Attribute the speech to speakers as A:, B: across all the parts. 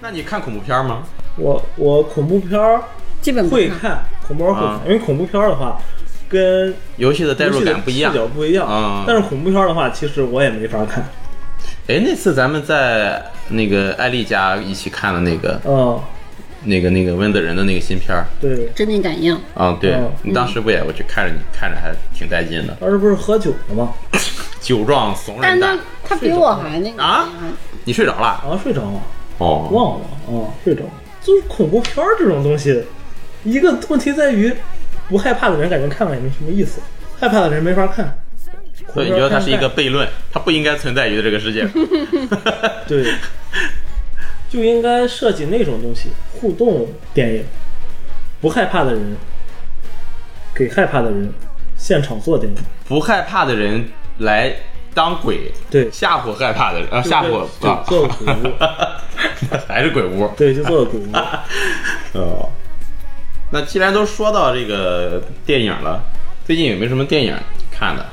A: 那你看恐怖片吗？
B: 我我恐怖片儿
C: 基本不
B: 会
C: 看
B: 看，恐怖片儿会
A: 啊
B: 看，因为恐怖片儿的话跟
A: 游戏的代入感不一样
B: 视。角不一样
A: 啊
B: 但是恐怖片儿的话，其实我也没法看。
A: 哎，那次咱们在那个艾丽家一起看了那个
B: 嗯，
A: 那个那个温子仁的那个新片儿。
B: 对，
C: 真命感应，
A: 啊，对
B: 嗯
A: 你当时不也我去看着你看着还挺带劲的，
B: 当时不是喝酒了吗？
A: 酒壮怂
C: 但
A: 人
C: 那
A: 胆。
C: 他比我还那个
A: 啊你睡着了？
B: 好像睡着了，
A: 哦，
B: 忘了啊、嗯睡着了。就是恐怖片儿这种东西，一个问题在于，不害怕的人感觉看了也没什么意思，害怕的人没法看。
A: 所以你觉得它是一个悖论，它不应该存在于这个世 界。
B: 对，就应该设计那种东西，互动电影，不害怕的人给害怕的人现场做电影。
A: 不害怕的人来当鬼，
B: 对
A: 吓唬害怕的人啊，吓唬
B: 就
A: 啊，
B: 做鬼屋
A: 还是鬼屋。
B: 对，就做个鬼屋。
A: 哦，那既然都说到这个电影了，最近有没有什么电影看的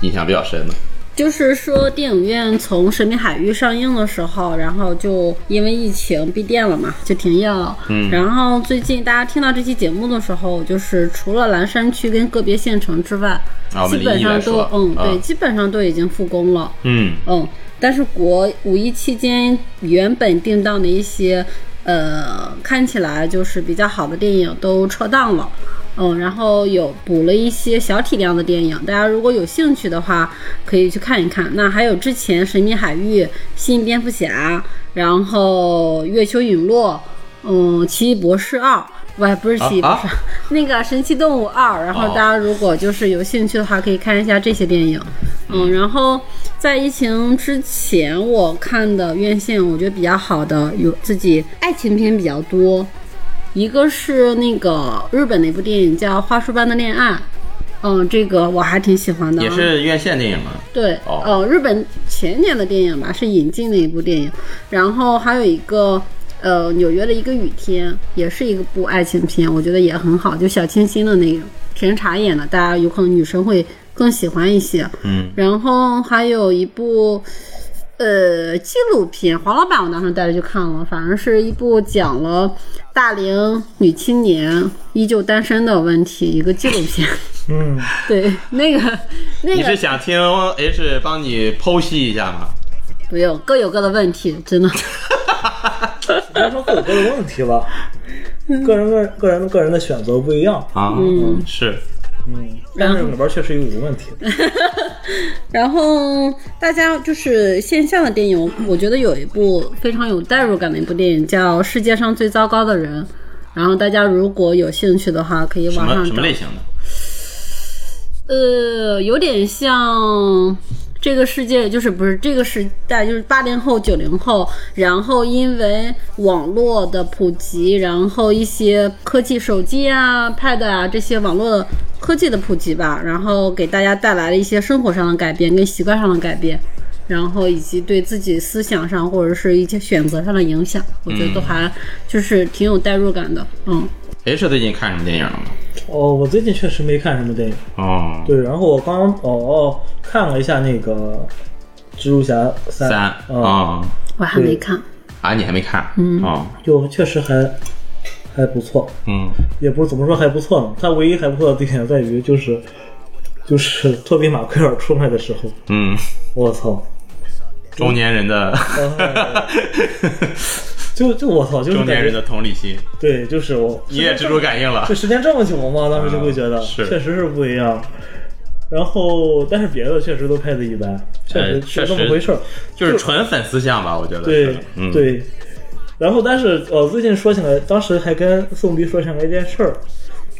A: 印象比较深的？
C: 就是说，电影院从《神秘海域》上映的时候，然后就因为疫情闭店了嘛，就停业了。
A: 嗯
C: 然后最近大家听到这期节目的时候，就是除了蓝山区跟个别县城之外，
A: 啊我们
C: 基本
A: 临沂来
C: 上都
A: 说
C: 嗯、
A: 啊
C: 对，基本上都已经复工了。
A: 嗯，
C: 嗯，但是国五一期间原本定档的一些，呃，看起来就是比较好的电影都撤档了。嗯，然后有补了一些小体量的电影，大家如果有兴趣的话，可以去看一看。那还有之前《神秘海域》《新蝙蝠侠》，然后《月球陨落》，嗯，《奇异博士二》，喂，不是《奇异博
A: 啊
C: 士》那个《神奇动物二》。然后
A: 哦
C: 大家如果就是有兴趣的话，可以看一下这些电影。嗯，然后在疫情之前，我看的院线我觉得比较好的有自己爱情片比较多，一个是那个日本的一部电影叫《花束般的恋爱》，嗯，这个我还挺喜欢的、啊，
A: 也是院线电影吗？
C: 对，
A: 哦
C: 呃，日本前年的电影吧，是引进的一部电影，然后还有一个。呃，纽约的一个雨天，也是一个部爱情片，我觉得也很好，就小清新的那个，甜茶演的，大家有可能女生会更喜欢一些。
A: 嗯，
C: 然后还有一部呃纪录片，黄老板我当时带着去看了，反正是一部讲了大龄女青年依旧单身的问题，一个纪录片。
B: 嗯，
C: 对，那个那
A: 你是
C: 个
A: 想听 H 帮你剖析一下吗？
C: 不用，各有各的问题，真的。
B: 别说各有各的问题了，个人个人个人个人的选择不一样。
A: 啊，是，
B: 嗯，但是里边确实有个问题。
C: 然后大家就是线下的电影，我我觉得有一部非常有代入感的一部电影叫《世界上最糟糕的人》，然后大家如果有兴趣的话，可以
A: 什
C: 网
A: 么
C: 上
A: 什么
C: 找
A: 类型的？
C: 呃，有点像这个世界，就是不是这个时代，就是八零后、九零后，然后因为网络的普及，然后一些科技手机啊、Pad 啊这些网络科技的普及吧，然后给大家带来了一些生活上的改变跟习惯上的改变。然后以及对自己思想上或者是一些选择上的影响，我觉得都还就是挺有代入感的。嗯，
A: H 最近看什么电影了吗？
B: 哦，我最近确实没看什么电影。
A: 哦，
B: 对，然后我刚哦哦看了一下那个蜘蛛侠三，
A: 三
B: 嗯
A: 啊
C: 我还没
B: 对
C: 看。
A: 啊，你还没看？嗯哦，
B: 就确实还还不错，
A: 嗯，
B: 也不是怎么说还不错呢。它唯一还不错的地点在于就是就是 托比马奎尔出来的时候，
A: 嗯，
B: 我操！
A: 中年人的，哦
B: 就就我操，就 是
A: 中年
B: 感
A: 人
B: 觉
A: 的同理 心，
B: 对，就是我
A: 你也蜘蛛感应了
B: 这。时间这么久吗？当时就会觉得、
A: 啊是
B: 确实是不一样。然后，但是别的确实都拍的一般，确
A: 呃
B: 实
A: 确
B: 是这么
A: 实
B: 回事儿。
A: 就是纯粉丝向吧，我觉得
B: 对
A: 是，，嗯，，
B: 对。然后，但是呃，最近说起来，当时还跟宋斌说起来一件事儿，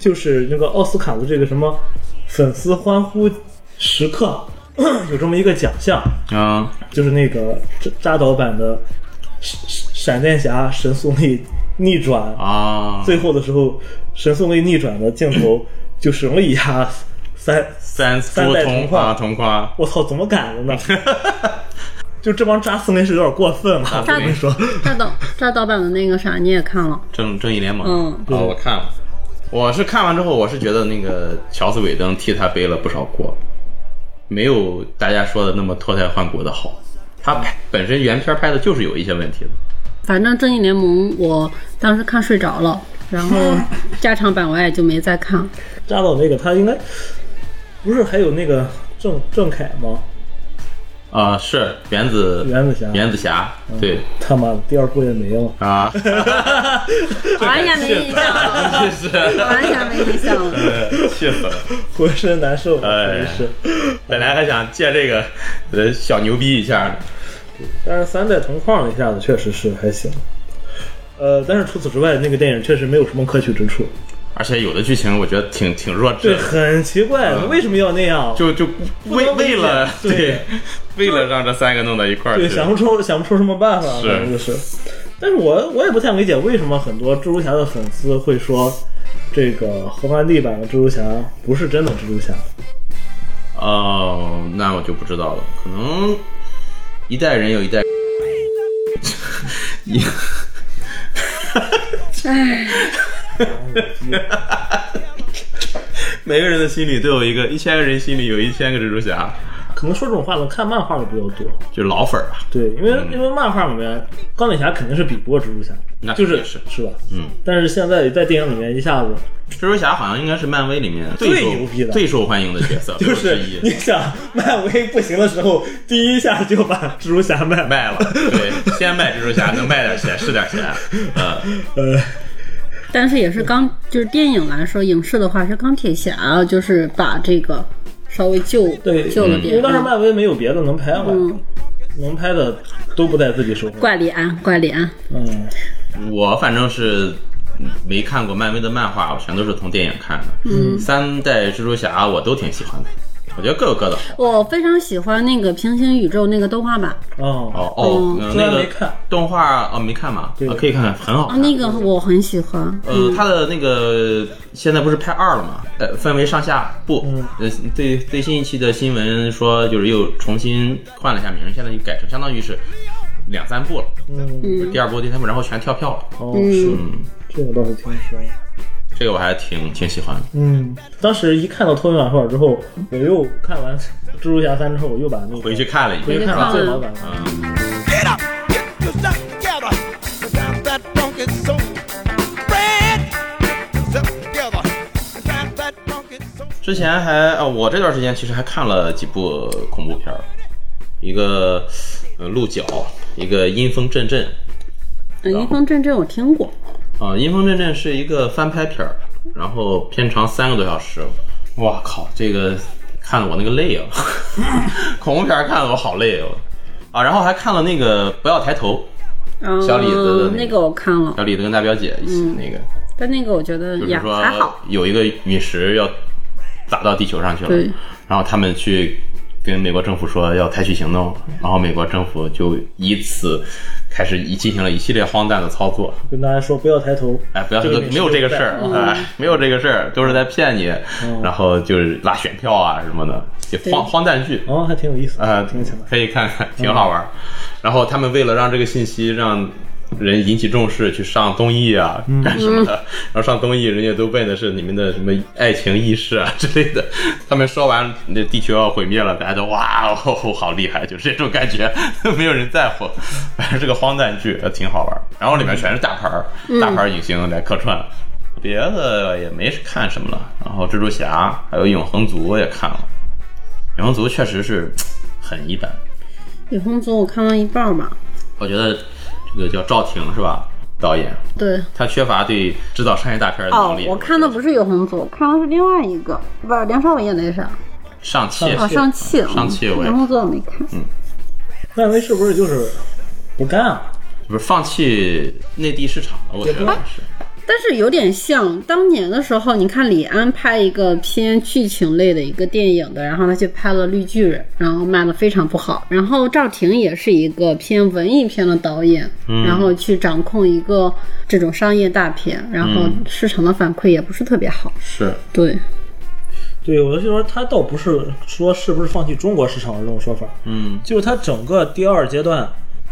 B: 就是那个奥斯卡的这个什么粉丝欢呼时刻， 有这么一个奖项，
A: 嗯，
B: 就是那个扎扎导版的闪闪电侠神速力逆转，
A: 啊，
B: 最后的时候神速力逆转的镜头就省了一下三，
A: 三
B: 三
A: 夫
B: 代
A: 同
B: 同框
A: 框同框，
B: 我操，怎么敢的呢？ 就这帮扎斯林是有点过分了，我跟你说，
C: 赵导赵导版的那个啥你也看了？
A: 正正义联盟，
C: 嗯
A: 啊，我看了，我是看完之后，我是觉得那个乔斯韦登替他背了不少锅，没有大家说的那么脱胎换骨的好，他拍本身原片拍的就是有一些问题的，
C: 反正《正义联盟》我当时看睡着了，然后加长版我也就没再看。
B: 扎导那个他应该不是还有那个郑郑恺吗？
A: 啊，是原子
B: 原子侠嗯
A: 原子侠，对
B: 他妈的第二部也没了。
A: 啊，
C: 完全哎没印象 了，
A: 真是，
C: 完全没印象了。
A: 呃气死了。
B: 浑身难受，
A: 哎
B: 真是。
A: 本来还想借这个呃小牛逼一下呢，
B: 但是三代同框一下子确实是还行。呃，但是除此之外，那个电影确实没有什么可取之处。
A: 而且有的剧情我觉得挺挺弱智
B: 对，
A: 的，
B: 很奇怪，为什么要那样？
A: 嗯就就
B: 不
A: 为
B: 能理
A: 为
B: 解
A: 了
B: 对
A: 对，为了让这三个弄到一块儿
B: 对，
A: 去，
B: 想不出想不出什么办法，
A: 是
B: 反正就是。但是我我也不太理解为什么很多蜘蛛侠的粉丝会说，这个荷兰弟版的蜘蛛侠不是真的蜘蛛侠。
A: 哦，那我就不知道了，可能一代人有一代， 一 每个人的心里都有一个，一千个人心里有一千个蜘蛛侠，
B: 可能说这种话的看漫画的比较多，
A: 就老粉儿啊吧。
B: 对，因为、
A: 嗯
B: 因为漫画里面钢铁侠肯定是比不过蜘蛛侠，
A: 那
B: 就
A: 肯定
B: 是
A: 是
B: 吧？
A: 嗯，
B: 但是现在在电影里面一下子
A: 蜘蛛侠好像应该是漫威里面
B: 最
A: 受
B: 牛逼的
A: 最受欢迎的角色，
B: 就
A: 之
B: 是你
A: 一
B: 想 漫威不行的时候，第一下就把蜘蛛侠卖了。
A: 卖了。对，先卖蜘蛛侠能卖点钱是点钱，嗯，
B: 呃，
C: 但是也是钢，就是电影来说，影视的话是钢铁侠，就是把这个稍微救
B: 对，嗯
C: 救了
B: 因为
C: 点。
A: 嗯
B: 当时漫威没有别的能拍了，
C: 嗯，
B: 能拍的都不在自己手里。
C: 怪力安，怪力安，
B: 嗯，
A: 我反正是没看过漫威的漫画，我全都是从电影看的。嗯，三代蜘蛛侠我都挺喜欢的，我觉得各有各的好。
C: 我非常喜欢那个平行宇宙那个动画版，
B: 哦，
A: 哦哦
C: 嗯，
A: 呃
B: 虽
A: 那
B: 然
A: 个
B: 没看
A: 动画哦没看嘛，
B: 对
A: 啊可以看看，很好
C: 啊，
A: 看。
C: 那个我很喜欢。
A: 呃，他的那个现在不是拍二了嘛？呃，分为上下部。
B: 嗯
A: 呃，最最新一期的新闻说，就是又重新换了一下名，现在又改成相当于是两三部了，
B: 嗯，
C: 嗯
A: 第二部、第三部，然后全跳票了。
B: 哦，是
C: 嗯，
B: 这个倒是听说。
A: 这个我还挺挺喜欢的。
B: 嗯，当时一看到托尼马赫之后，我又看完 蜘蛛侠三之后，我又把那个
A: 回去看了一
B: 回
A: 遍，
B: 去看完最好版。
A: 嗯，
D: Get up, get yourself together. Drive that donkey so Fred, get yourself together. Drive that donkey so
A: 之前还啊、我这段时间其实还看了几部恐怖片儿，一个呃鹿角，一个阴风阵阵。
C: 嗯，一风阵阵我听过，
A: 啊，《阴风阵阵》是一个翻拍片儿，然后片长三个多小时。哇靠，这个看得我那个累啊！ 恐怖片儿看得我好累哦。啊，然后还看了那个《不要抬头啊
C: 嗯，
A: 小李子的那个呃
C: 那个我看》，了，
A: 小李子跟大表姐一起那
B: 嗯
A: 个，
C: 但那个我觉得
A: 就是
C: 呀
A: 说
C: 还好，
A: 有一个陨石要砸到地球上去
C: 对
A: 了，然后他们去跟美国政府说要采取行动，然后美国政府就以此开始一进行了一系列荒诞的操作。
B: 跟大家说不要抬头，
A: 哎，不要
B: 这
A: 说
B: 个
A: 没有这个事儿，哎，没有这个事儿，都是在骗你，然后就是拉选票啊什么的，也荒荒诞剧
B: 哦，还挺有意思
A: 啊，
B: 听起来。嗯
A: 可以看看，挺好玩儿。然后他们为了让这个信息让人引起重视，去上综艺啊，
B: 嗯
A: 干什么的？然后上综艺，人家都问的是你们的什么爱情轶事啊之类的。 他们说完那地球要毁灭了，大家都哇哦，好厉害，就是这种感觉， 没有人在乎。反正是个荒诞剧，呃挺好玩儿。然后里面全是大牌儿、
B: 嗯
A: 大牌儿影星来客串。别的也没看什么了，然后蜘蛛侠还有永恒族也看了，永恒族确实是很一般，
C: 李红族我看到一半儿吧，
A: 我觉得这个叫赵婷是吧？导演，
C: 对，
A: 他缺乏对制造商业大片的
C: 哦
A: 能力。，
C: 我看的不是有红族，我看的是另外一个，不是梁朝伟演的那啥，
A: 上气，
C: 哦，上气，
A: 上气我也嗯
C: 有红族我没看，
B: 漫威是不是就是不干啊？
A: 不是放弃内地市场了，我觉
B: 也不
A: 得是。
C: 但是有点像当年的时候，你看李安拍一个偏剧情类的一个电影的，然后他去拍了《绿巨人》，然后卖的非常不好。然后赵婷也是一个偏文艺片的导演，
A: 嗯
C: 然后去掌控一个这种商业大片，然后
A: 嗯
C: 市场的反馈也不是特别好。
A: 是，
C: 对，
B: 对，我就说他倒不是说是不是放弃中国市场的这种说法，
A: 嗯，
B: 就是他整个第二阶段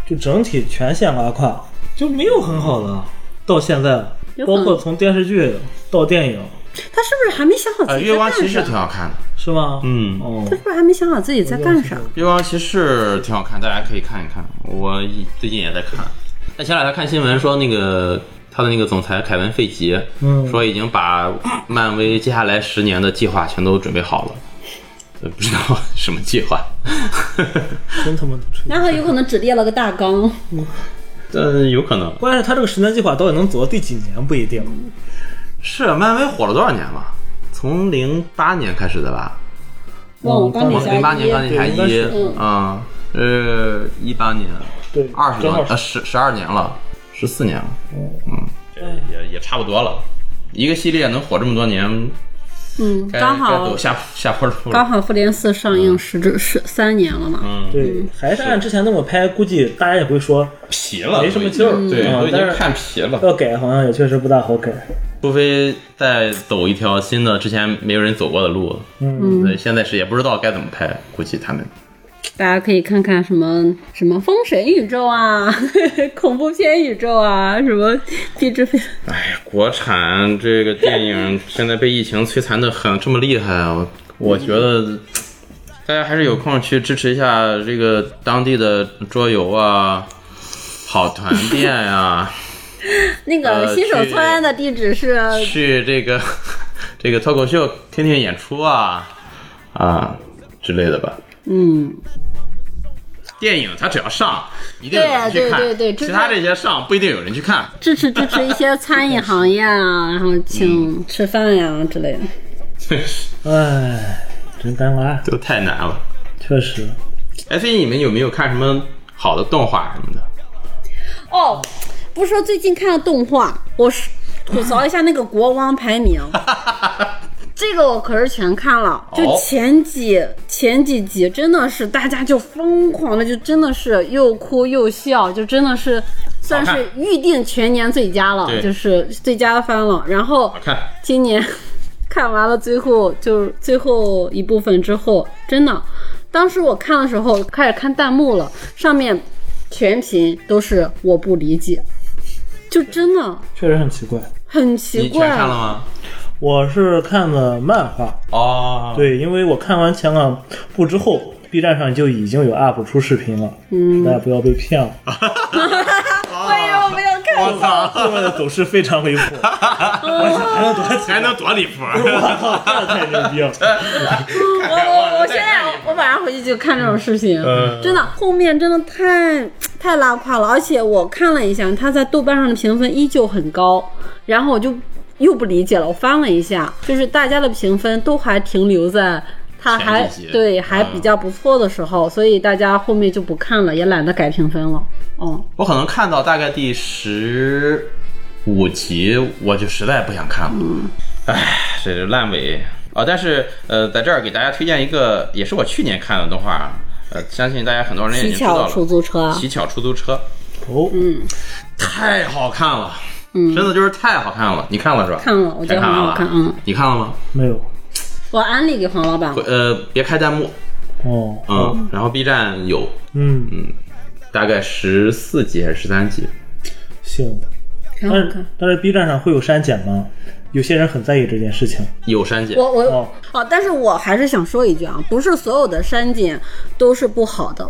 B: 就整体全线拉胯，就没有很好的，到现在了
C: 有可
B: 包
C: 能
B: 括从电视剧到电影，
C: 他是不是还没想好
A: 呃，
C: 自己
A: 月
C: 在
A: 光
C: 干
A: 骑士
C: 啥
A: 挺？好看的，
B: 是吗？
A: 嗯
B: 哦
C: 他，是不是还没想好自己在干啥？
A: 月光骑士挺好看，大家可以看一看。我最近也在看，那前两天看新闻说，那个他的那个总裁凯文·费奇，
B: 嗯
A: 说已经把漫威接下来十年的计划全都准备好了，呃不知道什么计划，
B: 真他妈的吹。
C: 那他有可能只列了个大纲，
A: 嗯但有可能
B: 关键是他这个十年计划到底能走到第几年不一定。
A: 是漫威火了多少年了？从零八年开始的吧，
C: 忘了
B: 嗯
C: 钢铁
A: 零八
C: 侠
A: 年钢铁
C: 一。
A: 侠
B: 对应该
A: 一
B: 是，
A: 嗯，呃，一八年，
B: 对，
A: 二十
B: 正
A: 多
B: 好
A: 呃十十二年了，十四年了，
B: 哦
A: 嗯，也也差不多了。一个系列能火这么多年，
C: 嗯，
A: 该
C: 刚
A: 该
C: 好
A: 走下下坡路
C: 刚
A: 了。
C: 好复联四上映十至十三年了嘛，
A: 嗯，
B: 对，还是按之前那么拍，估计大家也不会说
A: 皮了，
B: 没什
A: 都
B: 么
A: 已经
B: 劲儿
A: 对，
B: 嗯
A: 都已经
B: 但是呃
A: 看皮了。
B: 要改，好像也确实不大好改。
A: 除非再走一条新的之前没有人走过的路，
B: 嗯，
A: 对，现在是也不知道该怎么拍，估计他们
C: 大家可以看看什么什么封神宇宙啊， 恐怖片宇宙啊，什么地质片，
A: 哎，国产这个电影现在被疫情摧残的很这么厉害啊！我我觉
C: 嗯
A: 得大家还是有空去支持一下这个当地的桌游啊、跑团店 呀、
C: 那个
A: 呃
C: 新手
A: 去
C: 村的地址是
A: 去这个 这个脱口秀听听演出啊啊之类的吧。
C: 嗯，
A: 电影它只要上，一定有人去
C: 对
A: 看。
C: 对对对
A: 其他这些上不一定有人去看。
C: 支持支持一些餐饮行业啊，然后
A: 嗯
C: 请吃饭呀、之类的。
B: 唉，真尴尬，啊
A: 都太难了。
B: 确实。
A: 哎，最近你们有没有看什么好的动画什么的？
C: 哦，不是说最近看了动画，我是吐槽一下那个国王排 名，这个我可是全看了，就
A: 哦
C: 前几、前几集真的是大家就疯狂的，就真的是又哭又笑，就真的是算
A: 好
C: 是
A: 看
C: 预定全年最佳了，
A: 对
C: 就是最佳番了。然后
A: 好看。
C: 今年 看完了最后就是最后一部分之后，真的，当时我看的时候开始看弹幕了，上面全屏都是我不理解，就真的
B: 确实很奇怪。
C: 很奇
A: 你全
C: 怪。
A: 看了吗？
B: 我是看的漫画，
A: 哦，，
B: 对，因为我看完前两部之后，B 站上就已经有 UP 出视频了，嗯，大家不要被骗 了。
C: 为什么没有看？
B: 后面的走势非常离 谱，
A: 还能多离谱？
B: 我靠，这太牛逼了！
C: 我我我现在我晚上回去就看这种视频，
A: 嗯
C: 真的后面真的太太拉胯了，而且我看了一下，它在豆瓣上的评分依旧很高，然后我就又不理解了，我翻了一下，就是大家的评分都还停留在。它
A: 前
C: 还
A: 几集嗯
C: 对还比较不错的时候，所以大家后面就不看了，也懒得改评分了。哦，
A: 我可能看到大概第十五集，我就实在不想看
C: 嗯
A: 了。唉，这是烂尾啊！但是呃，在这儿给大家推荐一个，也是我去年看的动画，呃，相信大家很多人已
C: 乞
A: 经知道
C: 巧
A: 了，
C: 出租车，啊
A: 乞巧出租车》
B: 哦，
C: 嗯
A: 太好看了，真的就是太好看了。你看了是吧？
C: 看了我觉
A: 全
C: 得很
A: 完
C: 好
A: 了
C: 看嗯，
A: 你看了吗？
B: 没有，
C: 我安利给黄老板
A: 会，呃，别开弹幕，
B: 哦，
A: 嗯，然后 B 站有
B: 嗯，
A: 大概十四集还是十三集，
B: 行。但
C: 很好看
B: 是。但是 B 站上会有删减吗？有些人很在意这件事情。
A: 有删减。
C: 我我
B: 哦
C: 哦但是我还是想说一句啊，不是所有的删减都是不好的，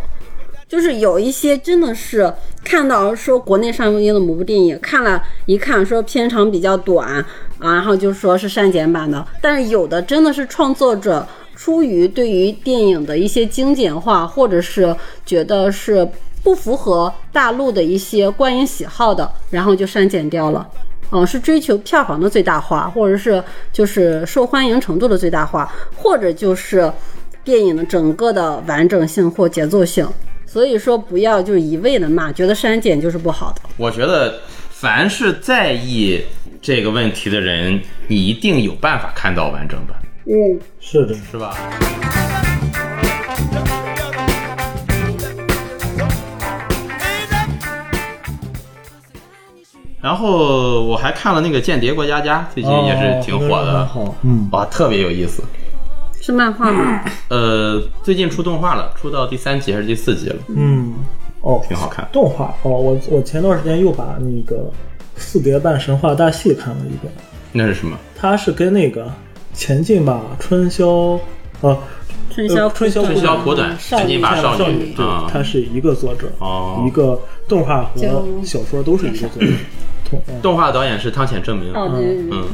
C: 就是有一些真的是看到说国内上映的某部电影，看了一看说片长比较短啊，然后就说是删减版的，但是有的真的是创作者。出于对于电影的一些精简化，或者是觉得是不符合大陆的一些观影喜好的，然后就删减掉了。嗯，是追求票房的最大化，或者是就是受欢迎程度的最大化，或者就是电影的整个的完整性或节奏性。所以说，不要就是一味的骂，觉得删减就是不好的。
A: 我觉得，凡是在意这个问题的人，你一定有办法看到完整版，
C: 嗯，
B: 是的，
A: 是吧？然后我还看了那个《间谍过家家》，最近也是挺火
B: 哦
A: 的，
B: 好，嗯，
A: 哇，特别有意思。
C: 是漫画吗？
A: 呃，最近出动画了，出到第三集还是第四集了，
B: 嗯，哦，
A: 挺好看。
B: 动画哦，我我前段时间又把那个《四叠半神话大戏》看了一遍，
A: 那是什么？
B: 它是跟那个前进吧、春宵，呃，
C: 春宵
B: 呃春宵
A: 春宵苦短，
C: 少
A: 千金
C: 女
A: 把
B: 少
A: 女
B: 对，
A: 啊，
B: 它是一个作者，
A: 哦
B: 一个动画和
C: 就
B: 小说都是一个作者。同嗯
A: 动画导演是汤浅证明，
C: 哦，对对对，
A: 嗯，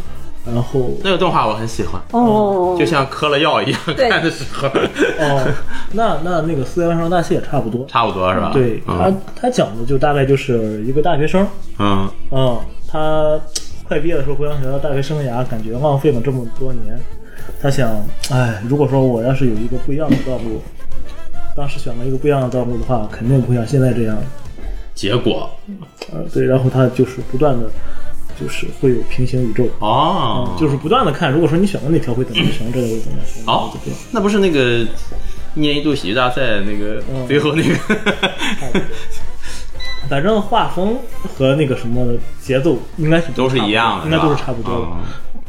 B: 然后
A: 那个动画我很喜欢，
C: 哦，
A: 就像嗑了药一样，
C: 对
A: 看的时候
B: 哦，那那那个《四川上大戏》也差不多。
A: 差不多是吧？
B: 对他
A: 嗯，
B: 他讲的就大概就是一个大学生，
A: 嗯
B: 嗯，他快毕业的时候回想起来大学生涯，感觉浪费了这么多年。他想，哎，如果说我要是有一个不一样的道路，当时选了一个不一样的道路的话，肯定不会像现在这样。
A: 结果
B: 呃，对，然后他就是不断的，就是会有平行宇宙，
A: 哦，
B: 嗯就是不断的看。如果说你选的那条会怎么样，选的这个会怎么样，选的那个
A: 好
B: 会怎么样。，
A: 那不是那个一年一度喜剧大赛那个
B: 嗯
A: 最后那个，
B: 反正画风和那个什么节奏应该是
A: 都是一样的，
B: 应该都
A: 吧
B: 是差不多的，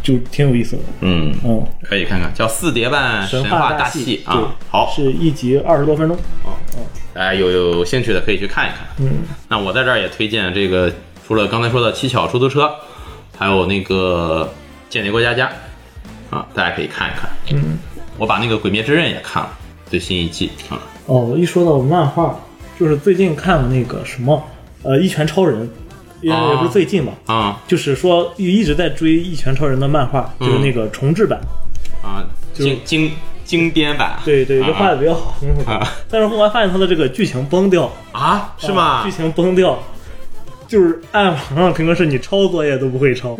B: 就挺有意思的。
A: 嗯，嗯
B: 嗯，
A: 可以看看，叫《四叠半神
B: 话
A: 大
B: 戏
A: 戏》啊。好，
B: 是一集二十多分钟。
A: 大家有有兴趣的可以去看一看。
B: 嗯，
A: 那我在这儿也推荐这个，除了刚才说的《七巧出租车》，还有那个《间谍过家家》啊，大家可以看一看。
B: 嗯，
A: 我把那个《鬼灭之刃》也看了，最新一季啊。
B: 哦，一说到漫画，就是最近看的那个什么，呃，《一拳超人》也，也
A: 啊
B: 不是最近吧。
A: 啊
B: 就是说，一直在追《一拳超人》的漫画，就是
A: 嗯
B: 那个重制版，
A: 啊，
B: 就是
A: 经经经典版，
B: 对对，
A: 啊
B: 这画的比较好，挺好看
A: 啊
B: 但是后来发现他的这个剧情崩掉，
A: 啊，是
B: 啊
A: 吗
B: 剧？情崩掉，就是按网上评论是你抄作业都不 会抄，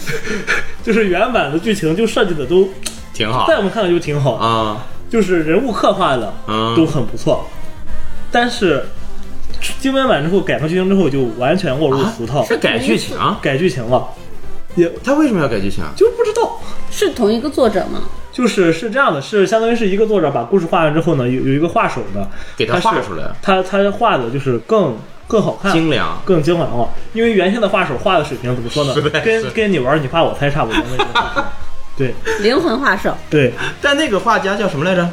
B: 就是原版的剧情就设计的都，
A: 挺好
B: 在我们看来就挺好，
A: 啊，
B: 就是人物刻画的
A: 嗯
B: 都很不错，但是经典版之后改成剧情之后就完全落入俗套，
A: 是改剧情啊，
B: 改剧情了，也
A: 他为什么要改剧情啊？
B: 就不知道。
C: 是同一个作者吗？
B: 就是是这样的，是相当于是一个作者把故事画完之后呢，有有一个画手呢，
A: 给他
B: 他
A: 画
B: 是
A: 出来，啊
B: 他他画的就是更更好看，
A: 精良
B: 更精良了。因为原先的画手画的水平怎么说呢
A: 实在？是
B: 跟跟你玩你画我猜差不多那种画 风。对
C: 灵魂画手，
B: 对
A: 但那个画家叫什么来着？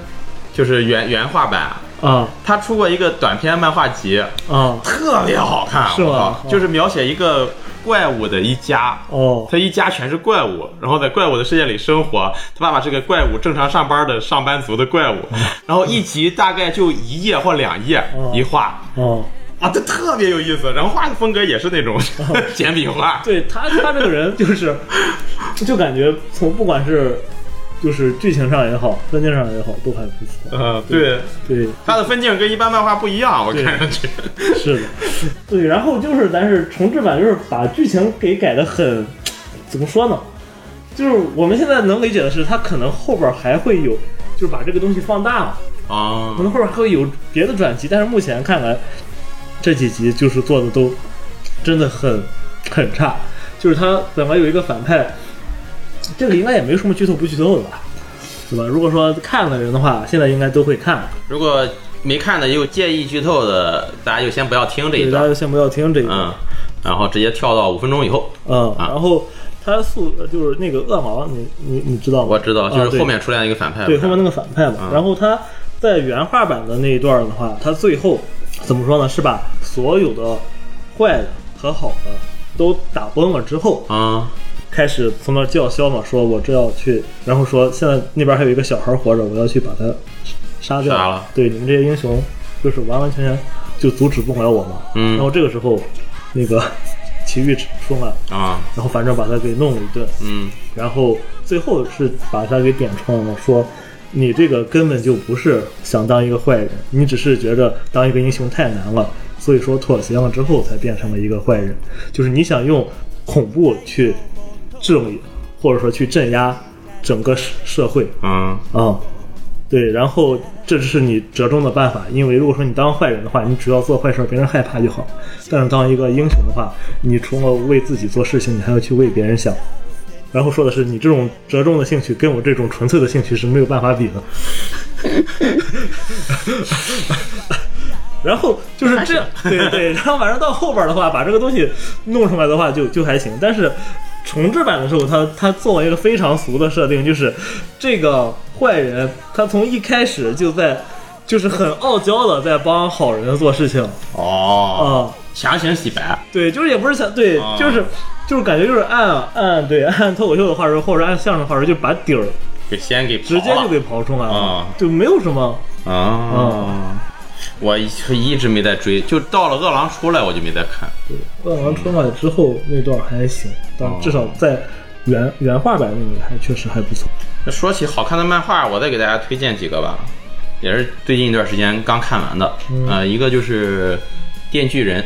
A: 就是原原画版，
B: 啊
A: 他出过一个短篇漫画集，
B: 啊
A: 特别好看，
B: 是吗
A: 我靠
B: 哦
A: 就是描写一个怪物的一家。
B: 哦
A: 他一家全是怪物，然后在怪物的世界里生活。他爸爸是个怪物，正常上班的上班族的怪物。
B: 嗯
A: 然后一集大概就一页或两页
B: 哦
A: 一画
B: 哦，
A: 啊，这特别有意思。然后画的风格也是那种 简笔画，
B: 嗯 对他他这个人就是，就感觉从不管是就是剧情上也好，分镜上也好，都还不错。
A: 嗯，对，
B: 对，
A: 他的分镜跟一般漫画不一样，我看上去。
B: 是的，对，然后就是，但是重置版就是把剧情给改的很，怎么说呢？就是我们现在能理解的是，它可能后边还会有，就是把这个东西放大了，
A: 啊
B: 可能后边还会有别的转机，但是目前看来，这几集就是做的都真的很很差。就是他本来有一个反派，这个应该也没什么剧透不剧透的吧，对吧？如果说看的人的话，现在应该都会看。
A: 如果没看的又介意剧透的，大家就先不要听这一
B: 对，大家
A: 段，
B: 就先不要听这个。
A: 嗯，然后直接跳到五分钟以后。
B: 嗯，
A: 啊
B: 然后他素呃就是那个恶魔，你你你知道吗？
A: 我知道，
B: 啊
A: 就是
B: 对
A: 后面出现一个反派，
B: 对后面那个反派嘛。
A: 嗯
B: 然后他在原画版的那一段的话，他最后怎么说呢？是把所有的坏的和好的都打崩了之后，
A: 啊
B: 开始从那儿叫嚣嘛，说我这要去，然后说现在那边还有一个小孩活着，我要去把他杀掉。
A: 杀了
B: 对，你们这些英雄就是完完全全就阻止不了我嘛。
A: 嗯
B: 然后这个时候，那个奇遇出来，
A: 啊
B: 然后反正把他给弄了一顿。
A: 嗯
B: 然后最后是把他给点穿了，说你这个根本就不是想当一个坏人，你只是觉着当一个英雄太难了，所以说妥协了之后才变成了一个坏人，就是你想用恐怖去治理，或者说去镇压整个社社会
A: 嗯
B: 啊、对，然后这只是你折中的办法，因为如果说你当坏人的话，你只要做坏事儿，别人害怕就好；但是当一个英雄的话，你除了为自己做事情，你还要去为别人想。然后说的是，你这种折中的兴趣跟我这种纯粹的兴趣是没有办法比的。然后就是这样，对对，然后反正到后边的话，把这个东西弄出来的话就，就还行。但是重置版的时候，他他做了一个非常俗的设定，就是这个坏人他从一开始就在，就是很傲娇的在帮好人做事情啊、啊
A: 哦，强行洗白，
B: 对，就是也不是想对，
A: 啊
B: 就是就是感觉就是按按对按脱口秀的话说，或者按相声的话说，就把底儿
A: 给先给
B: 直接就给刨出来了，
A: 啊
B: 就没有什么。
A: 啊。
B: 嗯
A: 我一一直没再追，就到了饿狼出来我就没再看。
B: 饿狼春晚之后那段还行，但
A: 哦
B: 至少在原原画版那里还确实还不错。
A: 那说起好看的漫画，我再给大家推荐几个吧，也是最近一段时间刚看完的。嗯、呃，一个就是《电锯人》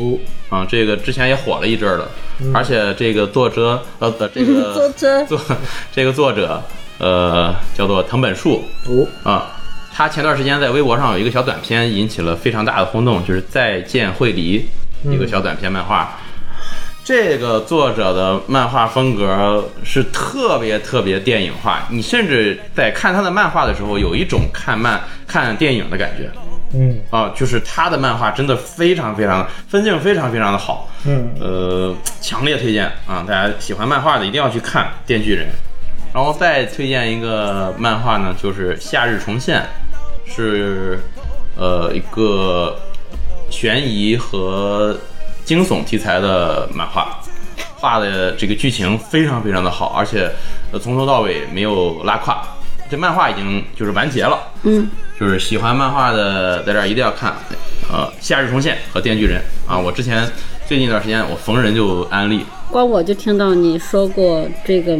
B: 哦，
A: 啊，这个之前也火了一阵儿了，而且这个作者呃不，这
C: 作
A: 个
C: 者
A: 作 这个作者呃叫做藤本树，
B: 哦，
A: 啊，他前段时间在微博上有一个小短片引起了非常大的轰动，就是《再见惠梨》一个小短片漫画。这个作者的漫画风格是特别特别电影化，你甚至在看他的漫画的时候，有一种看漫看电影的感觉
B: 嗯
A: 啊，就是他的漫画真的非常非常分镜非常非常的好，
B: 嗯，
A: 呃，强烈推荐啊！大家喜欢漫画的一定要去看《电锯人》，然后再推荐一个漫画呢，就是《夏日重现》，是呃一个悬疑和惊悚题材的漫画，画的这个剧情非常非常的好，而且呃从头到尾没有拉胯。这漫画已经就是完结了，
C: 嗯，
A: 就是喜欢漫画的，在这儿一定要看，呃，《夏日重现》和《电锯人》啊。我之前最近一段时间，我逢人就安利，
C: 光我就听到你说过这个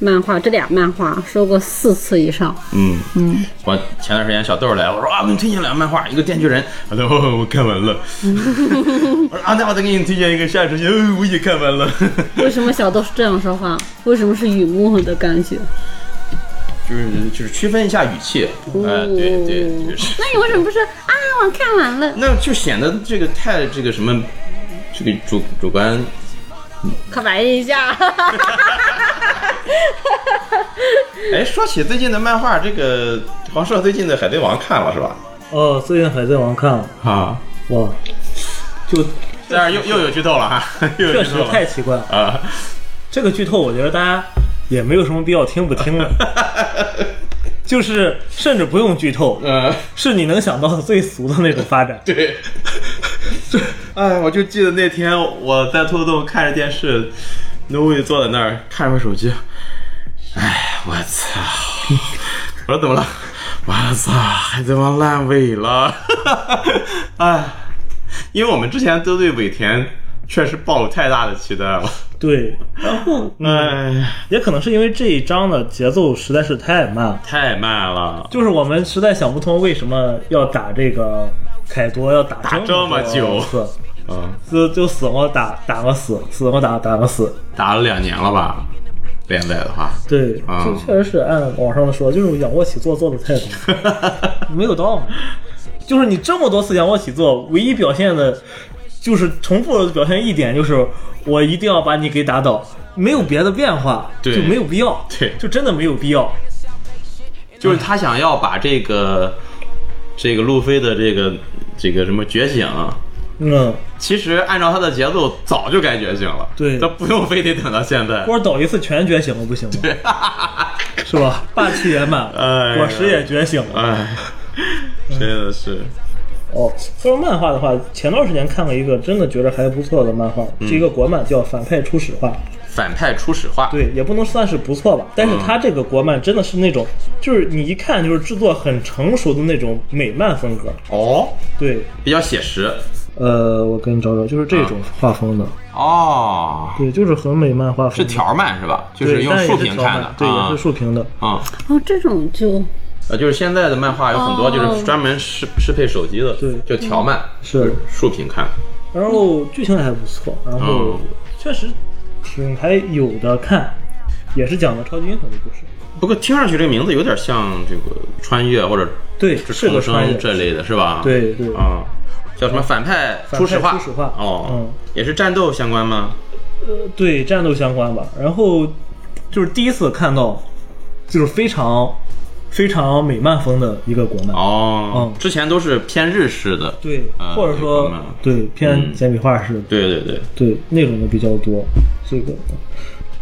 C: 漫画，这俩漫画说过四次以上。
A: 嗯嗯。我前段时间小豆儿来，我说啊，我给你推荐两个漫画，一个《电锯人》，他说、哦、我看完了，我说啊，那我再给你推荐一个《夏日重现》哦，我也看完了。
C: 为什么小豆是这样说话？为什么是雨幕的感觉？
A: 就是就是区分一下语气，呃，对对，就是。
C: 那你为什么不是啊？我看完了，
A: 那就显得这个太这个什么，这个主主观
C: 可白一下。
A: 哎，说起最近的漫画，这个黄硕最近的《海贼王》看了是吧？
B: 哦，最近《海贼王》看了，
A: 啊，
B: 哇，就
A: 但是又又有剧透了哈，又有
B: 确
A: 剧
B: 实
A: 透
B: 太
A: 了
B: 奇怪了。
A: 啊！
B: 这个剧透，我觉得大家也没有什么必要听不听了， 就是甚至不用剧透，
A: 呃，
B: 是你能想到的最俗的那种发 展。
A: 对，哎，我就记得那天我在兔子洞看着电视，Novi 坐在那儿看着手机，哎，我操！我说怎么了？我操，《海贼王》烂尾了！ 哎，因为我们之前都对尾田确实抱有太大的期待了，
B: 对，
A: 哎，
B: 也可能是因为这一章的节奏实在是太慢了。
A: 太慢了。
B: 就是我们实在想不通为什么要打这个凯多，要打
A: 打这么久
B: 次，
A: 嗯，
B: 就就死活打打个死，死活打打个死。
A: 打了两年了吧？连载的话，
B: 对，
A: 啊
B: 就确实是按网上的说，就是仰卧起坐做的太多， 没有道理。就是你这么多次仰卧起坐，唯一表现的，就是重复的表现一点，就是我一定要把你给打倒，没有别的变化，
A: 对
B: 就没有必要，
A: 对
B: 就真的没有必要。
A: 就是他想要把这个这个路飞的这个这个什么觉醒，
B: 嗯，
A: 其实按照他的节奏早就该觉醒了，
B: 对
A: 他不用非得等到现在。
B: 锅倒一次全觉醒了，不行吗？是吧？霸气也满
A: 哎
B: 了，
A: 呀
B: 果实也觉醒了。
A: 哎，真的是，
B: 哦，说漫画的话，前段时间看了一个真的觉得还不错的漫画，是一个国漫，叫《反派初始化》。
A: 反派初始化，
B: 对，也不能算是不错吧，但是它这个国漫真的是那种，就是你一看就是制作很成熟的那种美漫风格。
A: 哦，
B: 对，
A: 比较写实
B: 呃，我给你找找，就是这种画风的，
A: 哦，
B: 对，就是很美漫画风。
A: 是条漫是吧？就
B: 对，
A: 用
B: 但也
A: 竖
B: 是
A: 屏
B: 条
A: 看
B: 漫
A: 的，
B: 对，
A: 啊
B: 也是竖屏的。
A: 啊，
C: 哦，这种就
A: 呃，就是现在的漫画有很多
C: 哦
A: 就是专门适适配手机的，
B: 对嗯
A: 就条漫
B: 是，
A: 竖屏看，
B: 然后剧情还不错，然后
A: 嗯
B: 确实挺还有的看，也是讲的超级英雄的故事。
A: 不过听上去这个名字有点像这个穿越或者
B: 对，
A: 就是
B: 个
A: 重
B: 穿越
A: 生这类的是吧？
B: 对对
A: 啊，叫什么反派
B: 反派
A: 初始化？
B: 初始化
A: 哦
B: 嗯，
A: 也是战斗相关吗？
B: 呃对战斗相关吧。然后就是第一次看到，就是非常非常美漫风的一个国漫。
A: 哦，
B: 嗯
A: 之前都是偏日式的。
B: 对
A: 啊，
B: 或者
A: 美
B: 说
A: 国漫
B: 对
A: 嗯
B: 偏简笔画式的，
A: 对对对，
B: 对那种的比较多。这个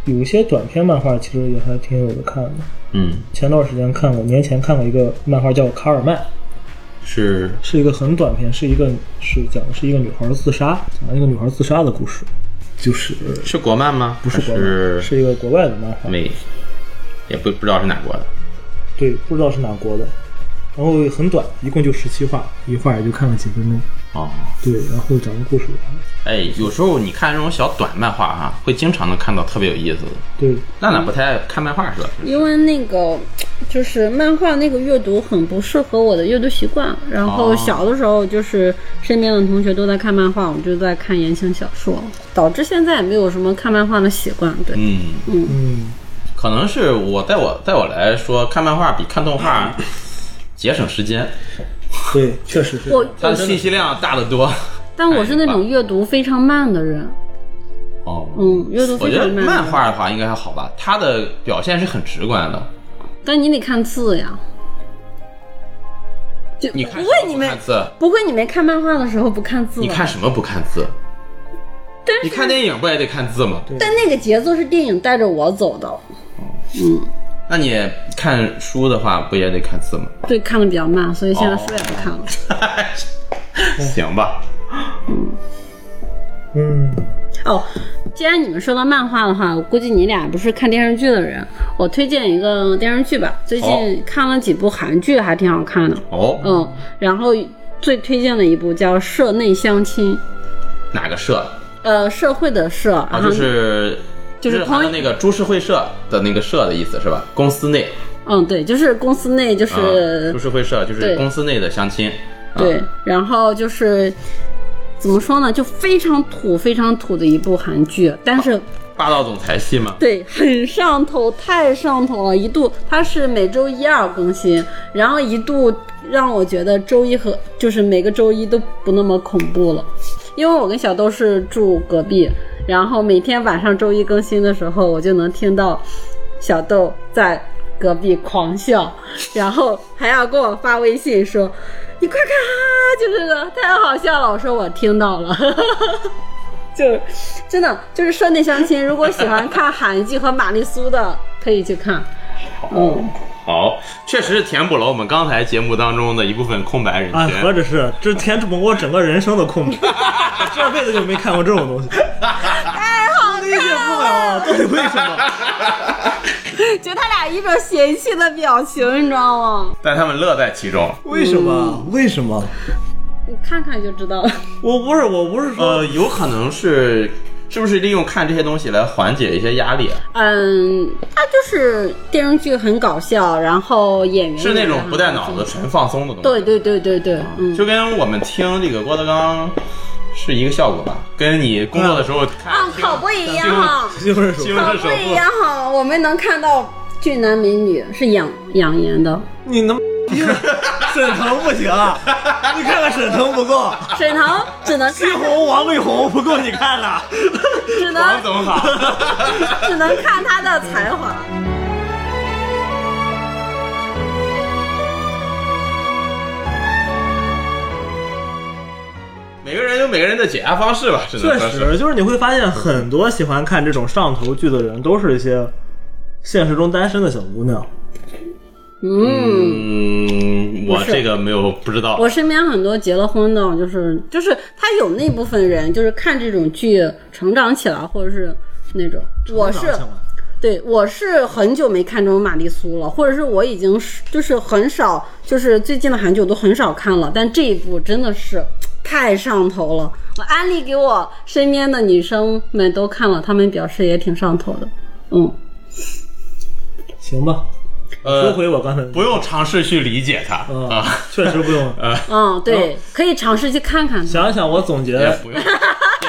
B: 有一些短篇漫画其实也还挺有的看的。
A: 嗯，
B: 前段时间看过，年前看过一个漫画叫《卡尔曼》，
A: 是
B: 是一个很短片，是一个是讲的是一个女孩自杀，讲一个女孩自杀的故事，就是
A: 是国漫吗？
B: 不是
A: 还
B: 国外，
A: 是
B: 是一个国外的漫画。
A: 美也不不知道是哪国的。
B: 对，不知道是哪国的，然后很短，一共就十七话，一话也就看了几分钟。
A: 哦，
B: 对，然后讲个故事，
A: 哎，有时候你看这种小短漫画哈、会经常能看到特别有意思的。
B: 对，
A: 娜娜不太爱看漫画是吧？
C: 因为那个就是漫画那个阅读很不适合我的阅读习惯，然后
A: 哦
C: 小的时候就是身边的同学都在看漫画，我就在看言情小说，导致现在也没有什么看漫画的习惯。对，
A: 嗯，
B: 嗯，
A: 可能是我在我在我来说，看漫画比看动 画节省时间，
B: 对，确实是。
C: 我
A: 它的信息量大得多。
C: 但我是那种阅读非常慢的人，
A: 哦，
C: 嗯，阅读
A: 我
C: 非
A: 觉得
C: 常慢。
A: 漫，画的话应该还好吧，它的表现是很直观的。
C: 但你得看字呀。就
A: 你看
C: 不会
A: 什么
C: 你
A: 不
C: 没
A: 看字，
C: 不会你没看漫画的时候不看字吧？
A: 你看什么不看字？你看电影不也得看字吗？
C: 但那个节奏是电影带着我走的，
A: 那你看书的话不也得看字 吗？
C: 对，看的比较慢，所以现在
A: 哦
C: 书也不看了。
A: 行吧，
B: 嗯，
C: 哦，既然你们说到漫画的话，我估计你俩不是看电视剧的人，我推荐一个电视剧吧。最
A: 好
C: 近看了几部韩剧，还挺好看的。
A: 哦，
C: 嗯，然后最推荐的一部叫《社内相亲》，
A: 哪个社？
C: 呃，社会的社，
A: 啊，
C: 然后、
A: 就是
C: 就是
A: 日韩的那个株式会社的那个社的意思是吧？公司内
C: 嗯，对，就是公司内就
A: 啊
C: 是、
A: 株式会社就是
C: 对
A: 公司内的相亲。啊
C: 对，然后就是怎么说呢，就非常土、非常土的一部韩剧，但是
A: 霸道总裁系吗？
C: 对，很上头，太上头了。一度它是每周一二更新，然后一度让我觉得周一和就是每个周一都不那么恐怖了，因为我跟小豆是住隔壁，然后每天晚上周一更新的时候，我就能听到小豆在隔壁狂笑，然后还要给我发微信说。你快看啊！就是太好笑了，我说我听到了， 就是真的就是社内相亲。如果喜欢看韩剧和玛丽苏的，可以去看。嗯，
A: 好，确实是填补了我们刚才节目当中的一部分空白人
B: 啊，
A: 群。
B: 合着是这填补我整个人生的空白， 这辈子就没看过这种东西，太好理解不了，到底为什么？
C: 就他俩一种嫌弃的表情，你知道吗？
A: 但他们乐在其中。
B: 为什么？为什么？
C: 你看看就知道了。
B: 嗯我不是，我不是说
A: 呃，有可能是是不是利用看这些东西来缓解一些压力啊？
C: 嗯，他就是电视剧很搞笑，然后演员
A: 是那种不带脑
C: 也
A: 子
C: 很搞笑。
A: 纯放松的东西。
C: 嗯对对对对对，嗯，
A: 就跟我们听这个郭德纲是一个效果吧，跟你工作的时候看
C: 啊，可不啊一样哈。
B: 就是
A: 《西
B: 说，
A: 虹
C: 可
A: 市首富》
C: 不一样哈，我们能看到俊男美女是养养颜的，
B: 你能沈腾不行啊，你看看沈腾不够，
C: 沈腾只能
B: 西
C: 看
B: 红王力宏不够你看的。
C: 只
A: 王
C: 能
A: 总好。
C: 只能看他的才华。
A: 每个人有每个人的解压方式吧，只能
B: 确
A: 说是。
B: 实，就是你会发现很多喜欢看这种上头剧的人，都是一些现实中单身的小姑娘。
C: 嗯，
A: 嗯，我这个没有不知道。
C: 我身边很多结了婚的，就是就是他有那部分人，就是看这种剧成长起来，或者是那种。我是对，我是很久没看这种玛丽苏了，或者是我已经是就是很少，就是最近的韩剧我都很少看了，但这一部真的是太上头了。我安利给我身边的女生们都看了，她们表示也挺上头的。嗯，
B: 行吧，收
A: 呃，
B: 回我刚才。
A: 不用尝试去理解它
B: 嗯
A: 啊， 呃
B: 确实 不用。
C: 嗯，对，可以尝试去看看的。
B: 想一想，我总
A: 也
B: 结，
A: 不 用。也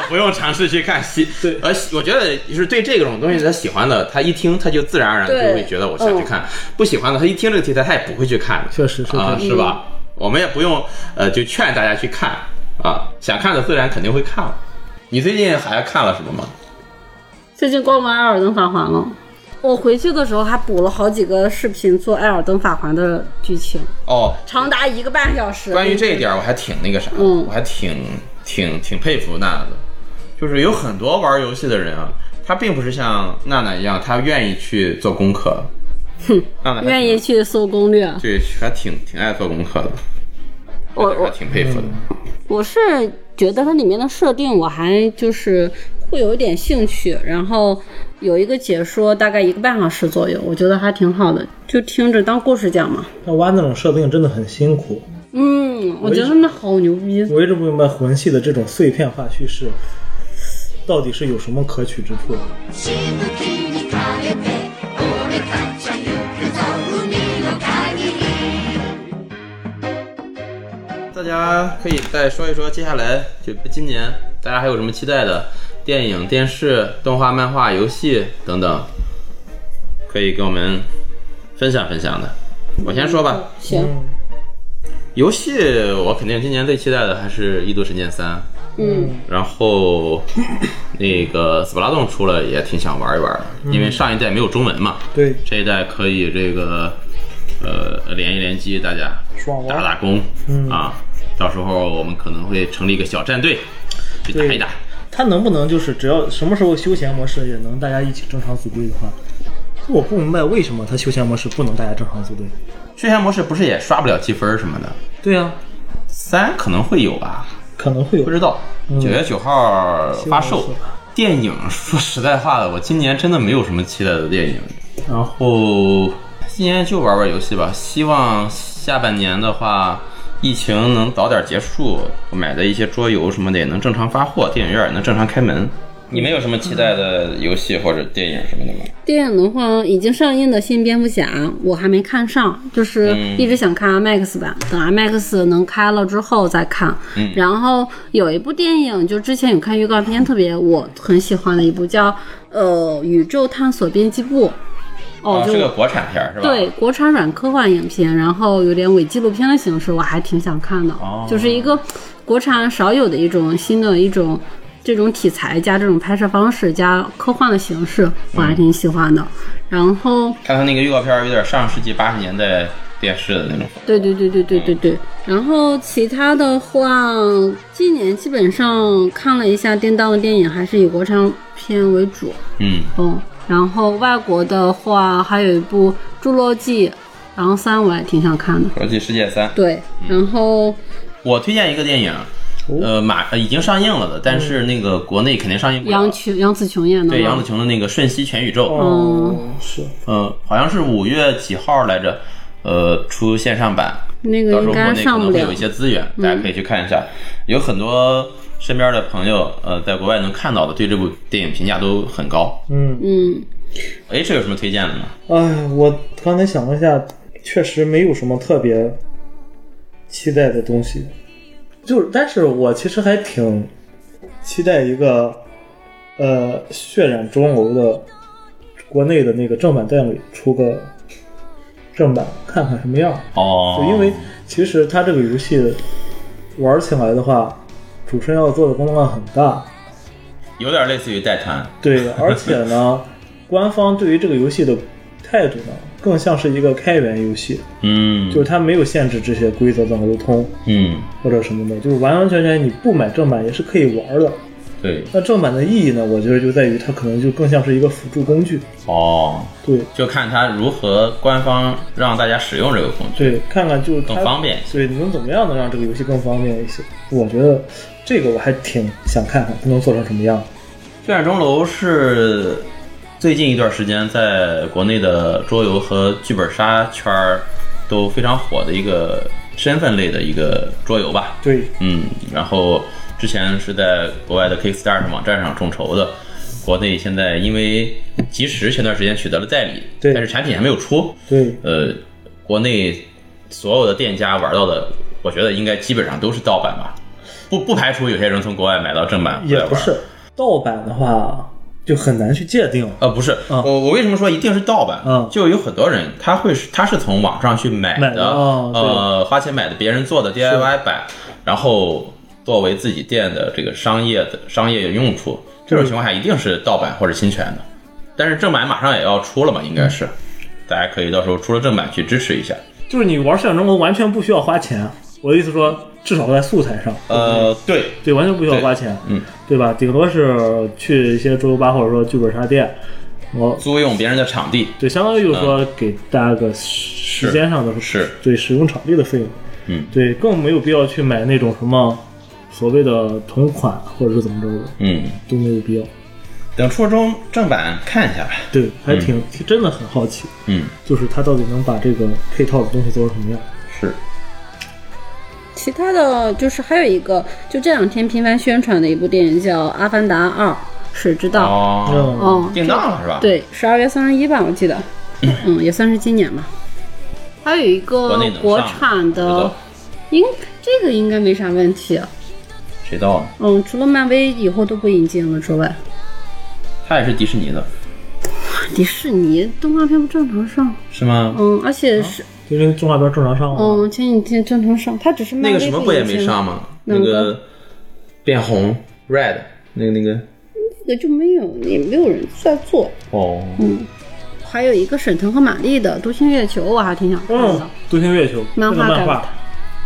A: 不用尝试去看西，
B: 对
A: 呃，我觉得就是对这种东西他喜欢的，他一听他就自然而然就
C: 对
A: 会觉得我想去看；不喜欢的，他一听这个题材他也不会去看的。
B: 嗯确实是
A: 啊，
B: 确
A: 是吧？我们也不用呃，就劝大家去看啊，想看的自然肯定会看了。你最近还看了什么吗？
C: 最近逛完《艾尔登法环》了，我回去的时候还补了好几个视频做《艾尔登法环》的剧情，
A: 哦，
C: 长达一个半小时。
A: 关于这一点儿，我还挺那个啥的，
C: 嗯
A: 我还挺挺挺佩服娜娜的，就是有很多玩游戏的人啊，他并不是像娜娜一样，他愿意去做功课。娜娜还挺
C: 愿意去搜攻略，
A: 对，还挺挺爱做功课的，
C: 我
A: 还
C: 我
A: 挺佩服的。
C: 我是觉得它里面的设定，我还就是会有一点兴趣。然后有一个解说，大概一个半小时左右，我觉得还挺好的，就听着当故事讲嘛。
B: 那挖那种设定真的很辛苦，
C: 嗯，我觉得他们好牛逼。
B: 我一直不明白魂系的这种碎片化叙事到底是有什么可取之处。
E: 「しぶきにかれて俺たちゃ行くぞ海の限り」
C: 嗯
A: 大家可以再说一说，接下来就今年大家还有什么期待的电影、电视、动画、漫画、游戏等等，可以跟我们分享分享的。我先说吧，
C: 行，
A: 游戏我肯定今年最期待的还是《异度神剑三》，
C: 嗯，
A: 然后那个《斯巴拉洞》出了也挺想玩一玩的，因为上一代没有中文嘛，
B: 对，
A: 这一代可以这个呃联一联机，大家
B: 爽
A: 打
B: 玩。嗯
A: 打工、啊，到时候我们可能会成立一个小战队去打一打。
B: 他能不能就是只要什么时候休闲模式也能大家一起正常组队的话，我不明白为什么他休闲模式不能大家正常组队。
A: 休闲模式不是也刷不了积分什么的？
B: 对啊，
A: 三可能会有吧，
B: 可能会有
A: 不知道。
C: 嗯
A: 九月九号发售
B: 新闻是。
A: 电影说实在话的，我今年真的没有什么期待的电影，然后今年就玩玩游戏吧。希望下半年的话，疫情能早点结束，我买的一些桌游什么的也能正常发货，电影院也能正常开门。你们有什么期待的游戏或者电影什么的吗？
C: 电影的话，已经上映的新蝙蝠侠我还没看上，就是一直想看 IMAX 版，等 IMAX 能开了之后再看。然后有一部电影，就之前有看预告片，特别我很喜欢的一部叫呃《宇宙探索编辑部》。哦，就是
A: 啊个国产片儿是吧？
C: 对，国产软科幻影片，然后有点伪纪录片的形式，我还挺想看的。
A: 哦
C: 就是一个国产少有的一种新的一种这种题材加这种拍摄方式加科幻的形式，我还挺喜欢的。然后，
A: 看他那个预告片儿有点上世纪八十年代电视的那种。
C: 对对对对对对对。然后其他的话，今年基本上看了一下叮当的电影，还是以国产片为主。
A: 嗯，
C: 嗯，然后外国的话，还有一部《侏罗纪》，然后三我也挺想看的。
A: 《侏罗纪世界三》，
C: 对，然后
A: 我推荐一个电影，呃，马呃已经上映了的，但是那个国内肯定上映不了
C: 杨群、杨紫琼演
A: 嗯
C: 的
A: 对
C: 嘛
A: 杨紫琼的那个《瞬息全宇宙》，
B: 哦，是
A: 嗯，好像是五月几号来着，呃，出线上版，
C: 那个
A: 到时
C: 应
A: 候国
C: 该
A: 内可
C: 上
A: 能
C: 不
A: 会
C: 了
A: 有一。些资源，大家可以去看一下。有很多身边的朋友，呃，在国外能看到的，对这部电影评价都很高。
C: 嗯，
A: H 有什么推荐的吗？
B: 哎，我刚才想了一下，确实没有什么特别期待的东西。就是，但是我其实还挺期待一个，呃，血染钟楼的国内的那个正版代理出个正版，看看什么样。
A: 哦
B: 就，因为其实它这个游戏玩起来的话，主持人要做的工作量很大，
A: 有点类似于代谈，
B: 对，而且呢，官方对于这个游戏的态度呢，更像是一个开源游戏，
A: 嗯，
B: 就是它没有限制这些规则的流通
A: 嗯，
B: 或者什么的，就是完完全全你不买正版也是可以玩的。
A: 对，
B: 那正版的意义呢，我觉得就在于它可能就更像是一个辅助工具，
A: 哦，
B: 对
A: 就看他如何官方让大家使用这个工具。
B: 对，看看就是它
A: 更方便一
B: 对，能怎么样能让这个游戏更方便一些？我觉得这个我还挺想看看它能做成什么样。
A: 血染钟楼是最近一段时间在国内的桌游和剧本杀圈儿都非常火的一个身份类的一个桌游吧。
B: 对，
A: 嗯，然后之前是在国外的 Kickstarter 网站上众筹的，国内现在因为及时前段时间取得了代理，
B: 对
A: 但是产品还没有出，
B: 对
A: 呃，国内所有的店家玩到的，我觉得应该基本上都是盗版吧，不不排除有些人从国外买到正版回
B: 也
A: 来玩
B: 不是盗版的话，就很难去界定。
A: 呃，不是，
B: 嗯
A: 我我为什么说一定是盗版？
B: 嗯
A: 就有很多人他会是他是从网上去买
B: 买的哦对
A: 呃，花钱买的别人做的 DIY 版，然后作为自己店的这个商业的商业用处，这
B: 嗯
A: 种情况下一定是盗版或者侵权的。但是正版马上也要出了嘛，应
B: 嗯
A: 该是，大家可以到时候出了正版去支持一下。
B: 就是你玩《血染钟楼》完全不需要花钱，我的意思说，至少在素材上，
A: 呃，对，
B: 对，完全不需要花钱，
A: 嗯，
B: 对吧？顶多是去一些桌游吧或者说剧本杀店，我
A: 租用别人的场地，
B: 对，相当于就是说给大家个时时间上的
A: 嗯是
B: 对使用场地的费用，
A: 嗯
B: 对，更没有必要去买那种什么所谓的同款或者是怎么着的
A: 嗯，
B: 都没有必要。
A: 等初中正版看一下吧。
B: 对，还挺、挺真的很好奇，
A: 嗯，
B: 就是他到底能把这个配套的东西做成什么样？
A: 是，
C: 其他的就是还有一个，就这两天频繁宣传的一部电影叫《阿凡达二：水之道》。
A: 哦，
B: 嗯，
C: 哦，
A: 定档了是吧？，
C: 对，十二月三十一吧，我记得，嗯，也算是今年吧。还有一
A: 国
C: 个
A: 内能上
C: 呃国产
A: 不知
C: 的
A: 道，
C: 应这个应该没啥问题、啊
A: 谁到啊？
C: 嗯，除了漫威以后都不引进了之外，
A: 它也是迪士尼的，
C: 迪士尼动画片不正常上，
A: 是吗？
C: 嗯，而且是，
B: 因为动画片正常上了，
C: 嗯，前几天正常上，它只是漫
A: 哦那个
C: 威
A: 什么不也没上？吗？
C: 哪
A: 那
C: 个
A: 个变红 Red 那个那个
C: 那个就没有，也没有人在做。
A: 哦，
C: 还有一个沈腾和马丽的《独行月球》，我还挺想看的。
B: 嗯，独行月球
C: 漫
B: 这个
C: 画
B: 漫
C: 改
B: 画
C: 的，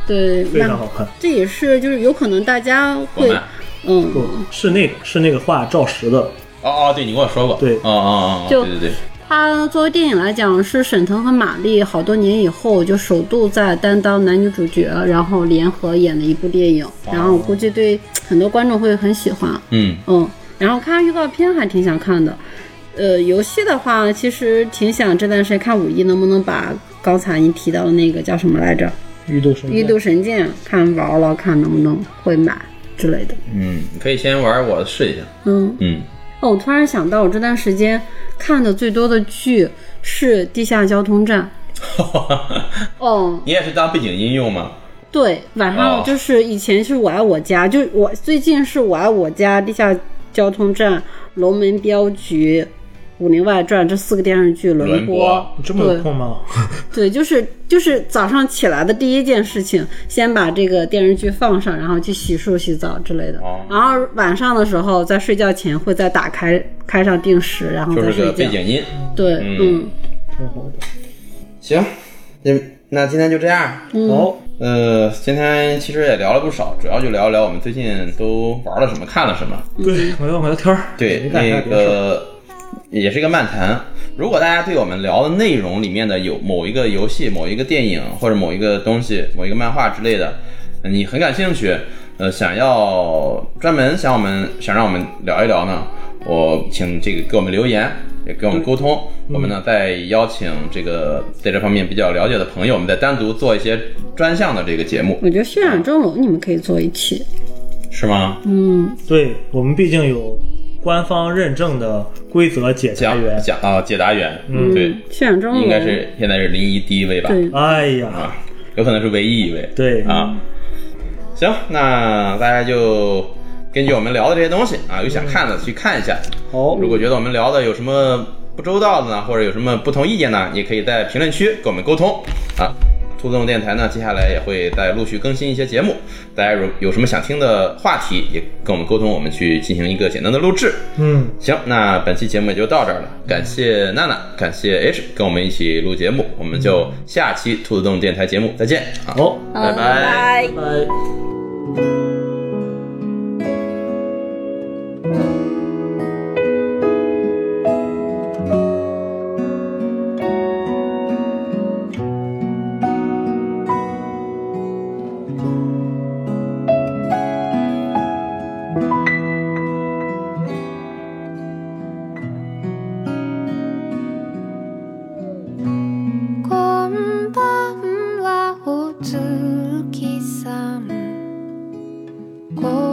C: 对，
B: 非
C: 漫
B: 常好看，
C: 这也是就是有可能大家
A: 国
C: 会
A: 漫。
C: 嗯，
B: 不是那个是那个画赵石的，
A: 哦哦，对你跟我说过，
B: 对
A: 哦哦哦，
C: 就
A: 对对对，
C: 它作为电影来讲，是沈腾和马丽好多年以后就首度在担当男女主角，然后联合演的一部电影，然后我估计对很多观众会很喜欢。
A: 嗯，
C: 嗯，然后看预告片还挺想看的。呃，游戏的话，其实挺想这段时间看五一能不能把刚才你提到的那个叫什么来着
B: 玉度神剑
C: 《玉度神剑》看玩了，看能不能会买之类的。
A: 嗯，你可以先玩我试一下，
C: 嗯，
A: 嗯，
C: 哦，我突然想到，我这段时间看的最多的剧是《地下交通站》。哦，
A: 你也是当背景音用吗？
C: 对，晚上
A: 哦
C: 就是以前是我爱我家，就是我最近是我爱我家、地下交通站、龙门镖局、《武林外传》这四个电视剧轮
A: 轮播
B: 你这么有空吗？
C: 对，就是就是早上起来的第一件事情，先把这个电视剧放上，然后去洗漱、洗澡之类的。
A: 哦
C: 然后晚上的时候，在睡觉前会再打开开上定时，然后
A: 就
C: 嗯再
A: 是
C: 睡
A: 个
C: 觉
A: 背。景音。
C: 对，
A: 嗯
C: 嗯，
B: 挺好的，
A: 行，那那今天就这样。
B: 好，
A: 呃，今天其实也聊了不少，主要就聊一聊我们最近都玩了什么，看了什么。
C: 嗯
B: 对，我要我要天儿，
A: 对，
B: 没干啥
A: 那
B: 别的事儿
A: 个也是一个漫谈。如果大家对我们聊的内容里面的有某一个游戏、某一个电影或者某一个东西、某一个漫画之类的，你很感兴趣，呃，想要专门想我们想让我们聊一聊呢，我请这个给我们留言，也跟我们沟通，我们呢再邀请这个在这方面比较了解的朋友，我们再单独做一些专项的这个节目，
C: 我觉得《血染蒸笼》你们可以做一期。
A: 是吗？
C: 嗯，
B: 对我们毕竟有官方认证的规则解答
A: 讲
B: 员，
A: 讲啊，解答员，
B: 嗯
A: 对，
C: 《血染蒸笼》
A: 应该是现在是临沂第一位吧？
C: 对
B: 哎呀，
A: 啊，有可能是唯一一位。
B: 对，
A: 啊，行，那大家就根据我们聊的这些东西啊，有想看的去看一下。
B: 好，
A: 如果觉得我们聊的有什么不周到的呢，或者有什么不同意见呢，也可以在评论区跟我们沟通啊。兔子洞电台呢，接下来也会再陆续更新一些节目，大家如有什么想听的话题，也跟我们沟通，我们去进行一个简单的录制。
B: 嗯，
A: 行，那本期节目也就到这儿了，感谢娜娜，感谢 H 跟我们一起录节目，我们就下期兔子洞电台节目再见啊，
B: 好，
A: 拜
C: 嗯拜拜
B: 拜拜。
F: こんばんはお月さんこ